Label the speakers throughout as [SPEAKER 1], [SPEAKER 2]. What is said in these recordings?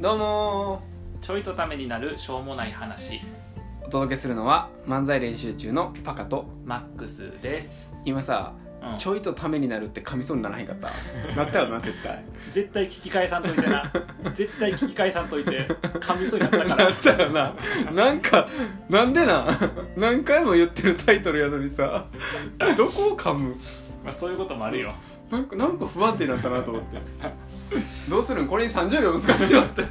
[SPEAKER 1] どうも
[SPEAKER 2] ちょいとためになるしょうもない話
[SPEAKER 1] ーお届けするのは漫才練習中のパカと
[SPEAKER 2] マックスです、
[SPEAKER 1] 今さ
[SPEAKER 2] うん
[SPEAKER 1] ちょいとためになるって噛みそうにならへんか ったなったよな絶対
[SPEAKER 2] 絶対聞き返さんといて な絶対聞き返さんといて噛みそうになった
[SPEAKER 1] な
[SPEAKER 2] から
[SPEAKER 1] ったよななんかなんでなん何回も言ってるタイトルやのにさどこを噛む
[SPEAKER 2] まあそういうこともあるよ
[SPEAKER 1] なんかなんか不安定になったなと思ってどうするんこれに30秒難しいよって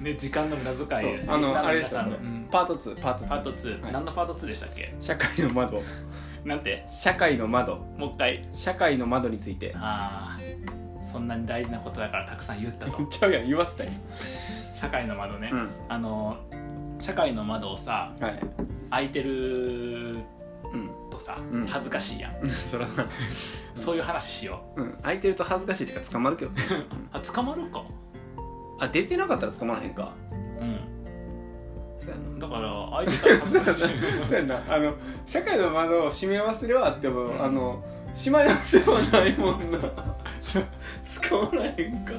[SPEAKER 2] ね時間の無駄遣い
[SPEAKER 1] そうあのあれですよ、
[SPEAKER 2] あの、うん
[SPEAKER 1] パート2パート2
[SPEAKER 2] パート2、
[SPEAKER 1] はい
[SPEAKER 2] 何のパート2でしたっけ
[SPEAKER 1] 社会の窓
[SPEAKER 2] なんて
[SPEAKER 1] 社会の窓
[SPEAKER 2] もう一回
[SPEAKER 1] 社会の窓について
[SPEAKER 2] ああそんなに大事なことだからたくさん言ったと
[SPEAKER 1] 言 っちゃうやん言わせたい
[SPEAKER 2] 社会の窓ね、
[SPEAKER 1] うん
[SPEAKER 2] あの社会の窓をさ
[SPEAKER 1] はい
[SPEAKER 2] 開いて
[SPEAKER 1] う
[SPEAKER 2] るとさ、
[SPEAKER 1] うん
[SPEAKER 2] 恥ずかしいや
[SPEAKER 1] ん
[SPEAKER 2] ん、
[SPEAKER 1] そらな
[SPEAKER 2] そういう話しよ
[SPEAKER 1] うん空いてると恥ずかしいってか捕まるけどね
[SPEAKER 2] うあ捕まるか
[SPEAKER 1] あ出てなかったら捕まらへんか
[SPEAKER 2] うん
[SPEAKER 1] そうや
[SPEAKER 2] だから開いてたら恥ずかしい
[SPEAKER 1] なそうやなあの社会の窓を閉め忘れはあっても、
[SPEAKER 2] うん
[SPEAKER 1] あの閉まり忘れはないもんな捕まらへんか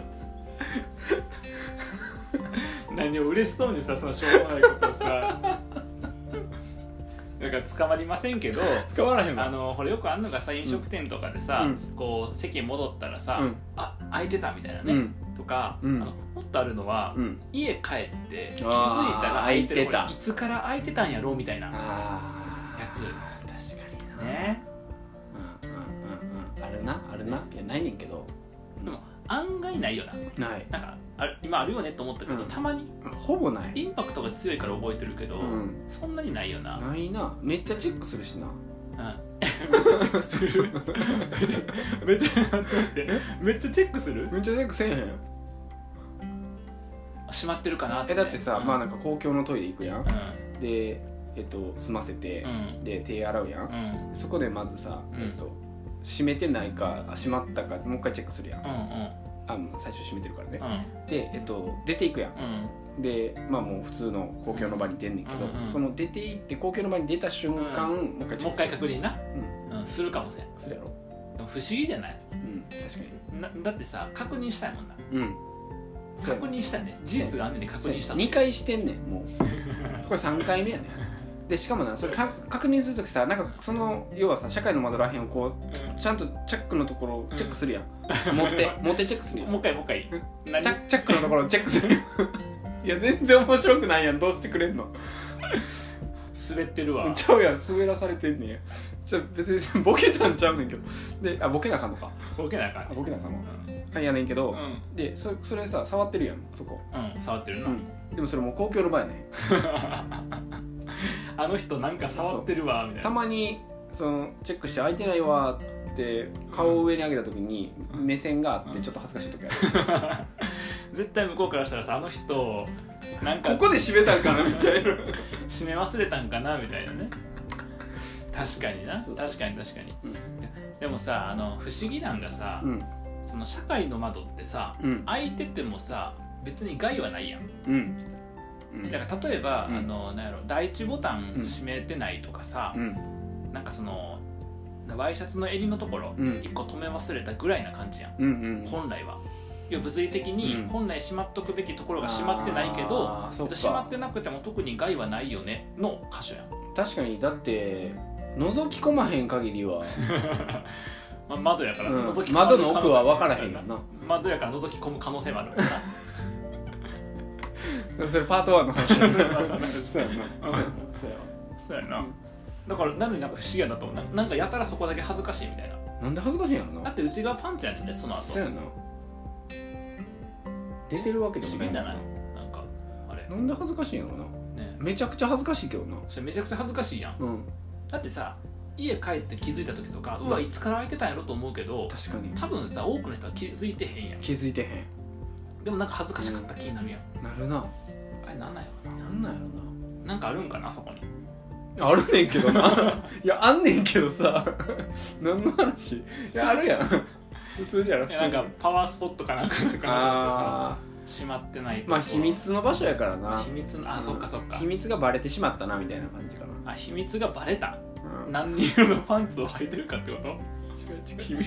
[SPEAKER 2] 何を嬉しそうにさそのしょうもないことをさだから捕まりませんけど
[SPEAKER 1] 捕まらへん
[SPEAKER 2] あ
[SPEAKER 1] わ
[SPEAKER 2] のこれよくあんのがさ飲食店とかでさ、
[SPEAKER 1] うん
[SPEAKER 2] こう席戻ったらさ、
[SPEAKER 1] うん
[SPEAKER 2] あ空いてたみたいな
[SPEAKER 1] う
[SPEAKER 2] ね、
[SPEAKER 1] ん
[SPEAKER 2] とか、
[SPEAKER 1] うん
[SPEAKER 2] あのもっとあるのは、
[SPEAKER 1] うん
[SPEAKER 2] 家帰って気づいた
[SPEAKER 1] あー
[SPEAKER 2] ら空いてるこれ
[SPEAKER 1] 空いてた
[SPEAKER 2] いつから空いてたんやろうみたいな
[SPEAKER 1] ああ
[SPEAKER 2] やつ
[SPEAKER 1] 確かにな
[SPEAKER 2] ね
[SPEAKER 1] うんうんうんうんあるなあるないやないねんけど
[SPEAKER 2] でも案外ないよな
[SPEAKER 1] ない
[SPEAKER 2] なんかあれ今あるよねと思ったけど、
[SPEAKER 1] うん
[SPEAKER 2] たまに
[SPEAKER 1] ほぼない
[SPEAKER 2] インパクトが強いから覚えてるけど、
[SPEAKER 1] うん
[SPEAKER 2] そんなにないよな、うん
[SPEAKER 1] ないなめっちゃチェックするしな
[SPEAKER 2] めっちゃチェックするめっちゃめっちゃ待ってめっちゃチェックする
[SPEAKER 1] めっちゃチェックせえへんよ
[SPEAKER 2] 閉まってるかなって
[SPEAKER 1] えだってさ、まあなん
[SPEAKER 2] か
[SPEAKER 1] か公共のトイレ行くやん
[SPEAKER 2] う
[SPEAKER 1] でえっと済ませて
[SPEAKER 2] んう、ん
[SPEAKER 1] で手洗うや、
[SPEAKER 2] うんん
[SPEAKER 1] そこでまずさ、
[SPEAKER 2] うん
[SPEAKER 1] えっと閉めてないかあ閉まったかもう一回チェックするやん、
[SPEAKER 2] うんうん
[SPEAKER 1] あもう最初閉めてるからね
[SPEAKER 2] う、ん
[SPEAKER 1] でえっと出ていくやん
[SPEAKER 2] うん
[SPEAKER 1] でまあもう普通の公共の場に出んねんけど、
[SPEAKER 2] うんうん
[SPEAKER 1] その出ていって公共の場に出た瞬間、
[SPEAKER 2] う
[SPEAKER 1] もう一回チェ
[SPEAKER 2] も
[SPEAKER 1] ッ
[SPEAKER 2] う
[SPEAKER 1] ク
[SPEAKER 2] 一
[SPEAKER 1] する
[SPEAKER 2] 回確認な、
[SPEAKER 1] う
[SPEAKER 2] うん、するかもしれん
[SPEAKER 1] するやろ
[SPEAKER 2] でも不思議じゃない
[SPEAKER 1] うん確かに
[SPEAKER 2] なだってさ確認したいもんな
[SPEAKER 1] うんそうや
[SPEAKER 2] 確認したいね事実があんねんで確認したもん
[SPEAKER 1] 2回してんねん もうこれ3回目やねんでしかもなそれさ確認する時さなんかその要はさ社会の窓らへんをこうちゃんとチェックのところをチェックするやん、持って持ってチェックする
[SPEAKER 2] う
[SPEAKER 1] やん
[SPEAKER 2] んもう一回もう一回何
[SPEAKER 1] チャチェックのところをチェックす るいや全然面白くないやんどうしてくれんの
[SPEAKER 2] 滑ってるわ
[SPEAKER 1] ちゃうやん滑らされてんねんやちょ別にボケたんちゃうねんけどであボケなあかんのか
[SPEAKER 2] ボケなあか
[SPEAKER 1] あ
[SPEAKER 2] ん
[SPEAKER 1] ボケなあかんの
[SPEAKER 2] ね
[SPEAKER 1] あいやねんけど、
[SPEAKER 2] うん
[SPEAKER 1] でそそれさ触ってるやんそこ、
[SPEAKER 2] うん、うん、触ってるな、
[SPEAKER 1] うん、でもそれもう公共の場やねん
[SPEAKER 2] あの人なんか触ってるわみたい
[SPEAKER 1] た
[SPEAKER 2] な
[SPEAKER 1] まにそのチェックして「空いてないわ」って顔を上に上げた時に
[SPEAKER 2] うん
[SPEAKER 1] 目線があって
[SPEAKER 2] うん
[SPEAKER 1] ちょっと恥ずかしい時ある、
[SPEAKER 2] 絶対向こうからしたらさあの人なんか
[SPEAKER 1] こで閉めたんかなみたいな
[SPEAKER 2] 締め忘れたんかなみたいなね確かにな
[SPEAKER 1] そうそう
[SPEAKER 2] 確かに確かに、
[SPEAKER 1] うん
[SPEAKER 2] でもさあの不思議なんがさ、
[SPEAKER 1] うん
[SPEAKER 2] その社会の窓ってさ
[SPEAKER 1] うん
[SPEAKER 2] 開いててもさ別に害はないやん
[SPEAKER 1] うん
[SPEAKER 2] だから例えば、
[SPEAKER 1] うん
[SPEAKER 2] あのなんやろ第一ボタン
[SPEAKER 1] うん
[SPEAKER 2] 閉めてないとかさ
[SPEAKER 1] う、ん
[SPEAKER 2] なんかそのワイシャツの襟のところ
[SPEAKER 1] うん
[SPEAKER 2] 一個止め忘れたぐらいな感じやん、
[SPEAKER 1] うんうん
[SPEAKER 2] 本来は要は物理的
[SPEAKER 1] う
[SPEAKER 2] に
[SPEAKER 1] ん
[SPEAKER 2] 本来閉まっとくべきところが閉まってないけど、
[SPEAKER 1] あー
[SPEAKER 2] え
[SPEAKER 1] そ
[SPEAKER 2] っ
[SPEAKER 1] っ
[SPEAKER 2] と閉ま
[SPEAKER 1] か
[SPEAKER 2] ってなくても特に害はないよねの箇所や ん
[SPEAKER 1] 確かにだって覗き込まへん限りは、
[SPEAKER 2] まあ、窓やから
[SPEAKER 1] うん
[SPEAKER 2] 覗き込む
[SPEAKER 1] 窓の奥は分からへんよな
[SPEAKER 2] 窓やから覗き込む可能性もあるもんな
[SPEAKER 1] それそれパート1の話そうやな
[SPEAKER 2] う
[SPEAKER 1] そ
[SPEAKER 2] ん
[SPEAKER 1] うや
[SPEAKER 2] そうやなだからなんでなんか不思議やなと思うななんかやたらそこだけ恥ずかしいみたいな
[SPEAKER 1] なんで恥ずかしいんやろ
[SPEAKER 2] だ
[SPEAKER 1] な
[SPEAKER 2] って内側パンツやねんねその後
[SPEAKER 1] そうやな出てるわけ
[SPEAKER 2] 不
[SPEAKER 1] でも
[SPEAKER 2] 思
[SPEAKER 1] ない
[SPEAKER 2] 議じゃないなんかあれ
[SPEAKER 1] なんで恥ずかしいんやろな
[SPEAKER 2] ね
[SPEAKER 1] めちゃくちゃ恥ずかしいけどな
[SPEAKER 2] それめちゃくちゃ恥ずかしいやん
[SPEAKER 1] うん
[SPEAKER 2] だってさ家帰って気づいた時とかうわいつから空いてたんやろと思うけど
[SPEAKER 1] 確かに
[SPEAKER 2] 多分さ多くの人は気づいてへんやん
[SPEAKER 1] 気づいてへん
[SPEAKER 2] でもなんか恥ずかしかった気になるやん
[SPEAKER 1] なるな
[SPEAKER 2] あれなんなんやろ
[SPEAKER 1] なんなんや
[SPEAKER 2] ななんかあるんかなそこに
[SPEAKER 1] ろなあるねんけどな いやあんねんけどさ 何の話いやあるやん普通にやろ普
[SPEAKER 2] い
[SPEAKER 1] 通
[SPEAKER 2] やなん
[SPEAKER 1] に
[SPEAKER 2] かパワースポットかなんかなんかな
[SPEAKER 1] あ
[SPEAKER 2] ってさ閉まってないと
[SPEAKER 1] ー
[SPEAKER 2] こ
[SPEAKER 1] まあ秘密の場所やからな
[SPEAKER 2] 秘密の
[SPEAKER 1] う
[SPEAKER 2] あ
[SPEAKER 1] ん
[SPEAKER 2] そっかそっか
[SPEAKER 1] 秘密がバレてしまったなみたいな感じかな、
[SPEAKER 2] あ秘密がバレた
[SPEAKER 1] うん
[SPEAKER 2] 何人色のパンツを履いてるかってこと秘密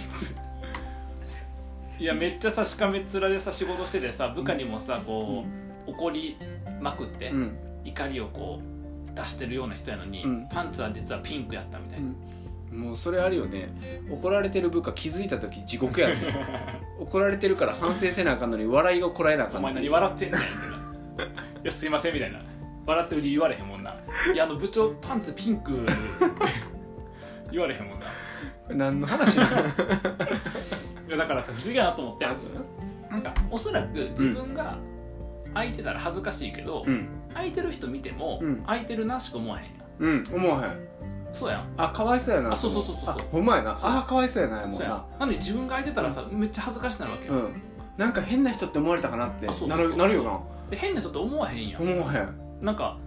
[SPEAKER 2] いやめっちゃさしかめっ面でさ仕事しててさ部下にもさこう怒りまくって、
[SPEAKER 1] うん
[SPEAKER 2] 怒りをこう出してるような人やのに、
[SPEAKER 1] うん
[SPEAKER 2] パンツは実はピンクやったみたいな、
[SPEAKER 1] もうそれあるよね怒られてる部下気づいた時地獄やね 怒られてるから反省せなあかんのに笑いがこらえなあかん
[SPEAKER 2] お
[SPEAKER 1] って
[SPEAKER 2] 前何笑ってんねんみたいな「いやすいません」みたいな笑ってる理由言われへんもんな「いやあの部長パンツピンク」 言われへんもんない
[SPEAKER 1] 何の話なの
[SPEAKER 2] やだから不思議やなと思ってなんかおそらく自分が空いてたら恥ずかしいけど、
[SPEAKER 1] うん
[SPEAKER 2] 空いてる人見ても、
[SPEAKER 1] うん
[SPEAKER 2] 空いてるなしか思わへんや
[SPEAKER 1] う
[SPEAKER 2] ん
[SPEAKER 1] ん思わへん
[SPEAKER 2] そうやん
[SPEAKER 1] あかわいそうやな
[SPEAKER 2] あそうそうそうそう
[SPEAKER 1] あほんまやな
[SPEAKER 2] そう
[SPEAKER 1] あかわいそうやなやもん
[SPEAKER 2] そうや
[SPEAKER 1] なん
[SPEAKER 2] なのに自分が空いてたらさめっちゃ恥ずかしくなるわけよ、
[SPEAKER 1] うんなんか変な人って思われたかなって
[SPEAKER 2] あそうそ
[SPEAKER 1] な
[SPEAKER 2] うそう
[SPEAKER 1] るなるよな
[SPEAKER 2] で変な人って思わへんやん、
[SPEAKER 1] 思わへん
[SPEAKER 2] なんか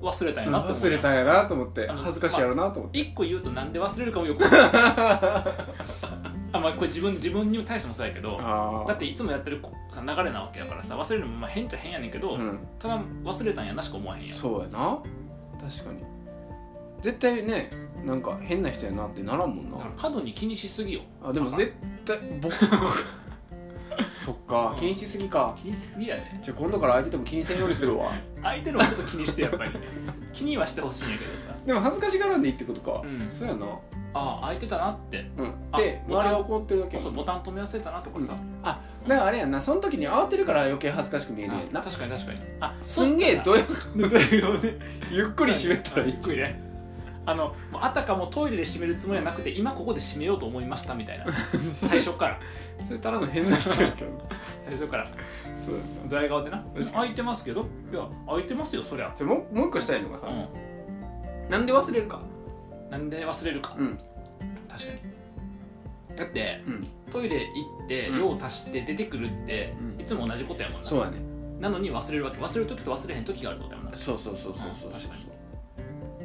[SPEAKER 2] 忘れたんやなって思う
[SPEAKER 1] 忘れたんやなと思って
[SPEAKER 2] あの
[SPEAKER 1] 恥ずかしいやろなと思って
[SPEAKER 2] 一個言うとなんで忘れるかもよくわ からないあまあこれ自分自分に対してもそうやけど
[SPEAKER 1] あー
[SPEAKER 2] だっていつもやってるこさ流れなわけやからさ忘れるのもまあ変っちゃ変やねんけど、
[SPEAKER 1] うん
[SPEAKER 2] ただ忘れたんやなしか思わへんやん
[SPEAKER 1] そうやな確かに絶対ねなんか変な人やなってならんもん
[SPEAKER 2] だか
[SPEAKER 1] な
[SPEAKER 2] ら過度に気にしすぎよ
[SPEAKER 1] あでも絶対僕 そっか気にしすぎか
[SPEAKER 2] 気にしすぎやね
[SPEAKER 1] じゃあ今度から相手でも気にせんようにするわ
[SPEAKER 2] 相手のこと気にしてやっぱりね気にはしてほしいんやけどさ
[SPEAKER 1] でも恥ずかしがらんでいいってことか
[SPEAKER 2] うん
[SPEAKER 1] そうやな
[SPEAKER 2] ああ空いてたなって
[SPEAKER 1] うん
[SPEAKER 2] あ
[SPEAKER 1] で周り
[SPEAKER 2] ボタン
[SPEAKER 1] は怒ってるだけ
[SPEAKER 2] そうボタン止め忘れたなとかさ、
[SPEAKER 1] あだからあれやんなその時に慌てるから余計恥ずかしく見えるやん
[SPEAKER 2] あ
[SPEAKER 1] な
[SPEAKER 2] 確かに確かにあ
[SPEAKER 1] すんげえ
[SPEAKER 2] う
[SPEAKER 1] どう ゆっ
[SPEAKER 2] ゆ
[SPEAKER 1] くり閉めたらいい
[SPEAKER 2] ゆっくりねあのもうあたかもトイレで閉めるつもりはなくて今ここで閉めようと思いましたみたいな 最初から
[SPEAKER 1] それただの変な人や けど
[SPEAKER 2] 最初から
[SPEAKER 1] そうや
[SPEAKER 2] ドヤ顔でな
[SPEAKER 1] かに
[SPEAKER 2] 空いてますけどいや空いてますよそりゃ
[SPEAKER 1] なそれもうもう一個したいのがさ、
[SPEAKER 2] う
[SPEAKER 1] なんで忘れるか
[SPEAKER 2] んなんで忘れるか、
[SPEAKER 1] うん
[SPEAKER 2] 確かにだって
[SPEAKER 1] うん
[SPEAKER 2] トイレ行って
[SPEAKER 1] うん
[SPEAKER 2] 用足して出てくるって、
[SPEAKER 1] うん
[SPEAKER 2] いつも同じことやもんな
[SPEAKER 1] そうやね
[SPEAKER 2] なのに忘れるわけ忘れる時と忘れへん時があるってことやもんな
[SPEAKER 1] そうそうそうそうそう
[SPEAKER 2] うん確かに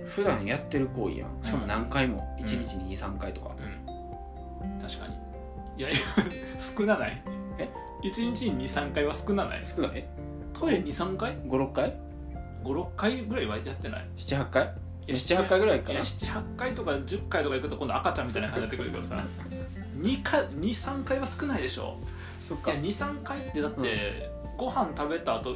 [SPEAKER 1] 普段やってる行為やんしかも何回も
[SPEAKER 2] うん
[SPEAKER 1] 1日に23回とか、
[SPEAKER 2] うん確かにいや いや少なない
[SPEAKER 1] え
[SPEAKER 2] 1日に23回は少なない
[SPEAKER 1] 少ない
[SPEAKER 2] トイレ23回
[SPEAKER 1] 56回
[SPEAKER 2] 56回ぐらいはやってない
[SPEAKER 1] 78回
[SPEAKER 2] いや
[SPEAKER 1] 78回ぐらいか
[SPEAKER 2] い
[SPEAKER 1] な
[SPEAKER 2] や78回とか10回とか行くと今度赤ちゃんみたいな感じになってくるけ どさ23回は少ないでしょ
[SPEAKER 1] そっ
[SPEAKER 2] い
[SPEAKER 1] か
[SPEAKER 2] や23回ってだって、ご飯食べた後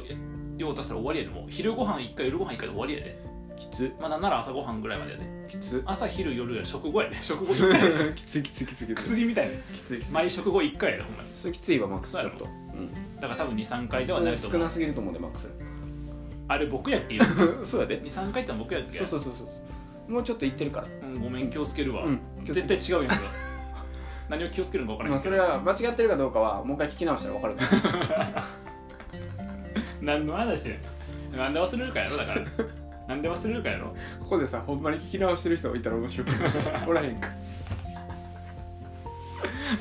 [SPEAKER 2] 用足したら終わりやでもう昼ご飯1回夜ご飯1回で終わりやで
[SPEAKER 1] きつ
[SPEAKER 2] まあなんなら朝ご飯ぐらいまでやで
[SPEAKER 1] きつ
[SPEAKER 2] 朝昼夜やで食後やで食後1回やで
[SPEAKER 1] きついきついきついきつい
[SPEAKER 2] 薬みたいな
[SPEAKER 1] きついきつい
[SPEAKER 2] 毎食後1回やでほんまに
[SPEAKER 1] それきついわマックスち
[SPEAKER 2] そ
[SPEAKER 1] ょ
[SPEAKER 2] うや
[SPEAKER 1] っと、
[SPEAKER 2] ろ
[SPEAKER 1] うん、
[SPEAKER 2] だから多分23回では
[SPEAKER 1] そ
[SPEAKER 2] な
[SPEAKER 1] れ
[SPEAKER 2] いと思
[SPEAKER 1] 少
[SPEAKER 2] う
[SPEAKER 1] なすぎると思うでマックス
[SPEAKER 2] あれ僕やっけ今
[SPEAKER 1] そうやで
[SPEAKER 2] 23回って僕やっけ
[SPEAKER 1] そうそうそうそうもうちょっと言ってるから
[SPEAKER 2] うんごめん気をつけるわ、
[SPEAKER 1] うん
[SPEAKER 2] 絶対違うやんか何を気をつけるのか分から
[SPEAKER 1] ま
[SPEAKER 2] な
[SPEAKER 1] あそ
[SPEAKER 2] いけど、
[SPEAKER 1] れは間違ってるかどうかはもう一回聞き直したら分かるから
[SPEAKER 2] 何の話やなんで忘れるかやろだから なんで忘れるかやろ
[SPEAKER 1] ここでさほんまに聞き直してる人いたら面白くない おらへんか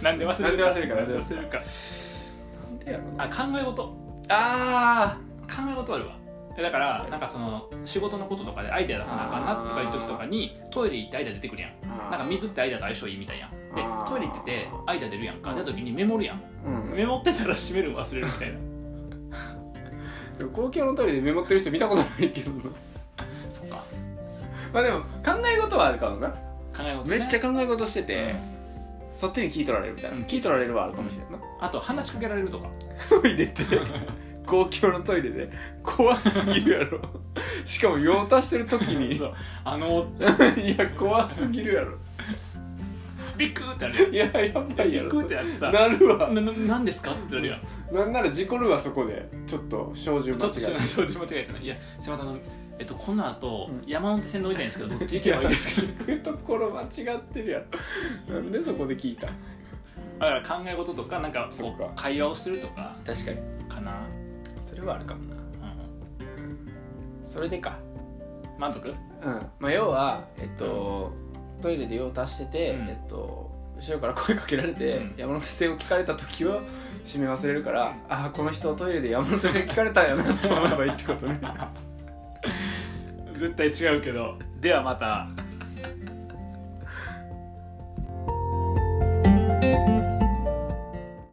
[SPEAKER 2] なんで忘れるか
[SPEAKER 1] なんで忘れるか
[SPEAKER 2] なんで忘れるか
[SPEAKER 1] なんでやろな
[SPEAKER 2] あ考え事考
[SPEAKER 1] あ
[SPEAKER 2] え事あるわえだから
[SPEAKER 1] 確か
[SPEAKER 2] なんかその仕事のこととかでアイデア出さなあかんなとかいう時とかにトイレ行ってアイデア出てくるやん
[SPEAKER 1] ーあ
[SPEAKER 2] なんか水ってアイデアと相性いいみたいやんで
[SPEAKER 1] あー
[SPEAKER 2] トイレ行っててアイデア出るやんか出た時にメモるやん
[SPEAKER 1] うん
[SPEAKER 2] メモってたら閉めるの忘れる みたいな
[SPEAKER 1] 公共のトイレでメモってる人見たことないけどな
[SPEAKER 2] そっか
[SPEAKER 1] まあでも考え事はあるかもな
[SPEAKER 2] 考え事
[SPEAKER 1] め
[SPEAKER 2] ね
[SPEAKER 1] っちゃ考え事してて、そっちに聞い取られるみたいな、
[SPEAKER 2] うん
[SPEAKER 1] 聞い取られるはあるかもしれんな、
[SPEAKER 2] あと話しかけられる とか
[SPEAKER 1] トイレって公共のトイレで怖すぎるやろしかも用足してる時に
[SPEAKER 2] そうあの
[SPEAKER 1] いや怖すぎるやろ
[SPEAKER 2] ビクーってあるやん
[SPEAKER 1] いややばい
[SPEAKER 2] ビ
[SPEAKER 1] やろ
[SPEAKER 2] クーってやってさ
[SPEAKER 1] なるわ
[SPEAKER 2] なななんですかってなるやん
[SPEAKER 1] なんなら事故るわそこでちょっと照準
[SPEAKER 2] ち
[SPEAKER 1] 間
[SPEAKER 2] ょ
[SPEAKER 1] 違
[SPEAKER 2] っと正
[SPEAKER 1] え
[SPEAKER 2] 直正直間違えたないやすいませんあのえっとこの後、
[SPEAKER 1] うん
[SPEAKER 2] 山手線乗りたいんです けどどっち行
[SPEAKER 1] い
[SPEAKER 2] け
[SPEAKER 1] や
[SPEAKER 2] ばいいですか
[SPEAKER 1] 聞くところ間違ってるやんなんでそこで聞いた
[SPEAKER 2] だから考え事とかなんか
[SPEAKER 1] そ
[SPEAKER 2] こ
[SPEAKER 1] っか
[SPEAKER 2] う会話をするとか
[SPEAKER 1] 確かに
[SPEAKER 2] かな、
[SPEAKER 1] それはあるかもな
[SPEAKER 2] うん、
[SPEAKER 1] それでか
[SPEAKER 2] 満足
[SPEAKER 1] うんまあ要はえっと、トイレで用足してて、
[SPEAKER 2] うん
[SPEAKER 1] えっと後ろから声かけられて、
[SPEAKER 2] うん
[SPEAKER 1] 山手線を聞かれた時は締め忘れるから、ああこの人トイレで山手線聞かれたんやなと思えばいいってことね
[SPEAKER 2] 絶対違うけどではまた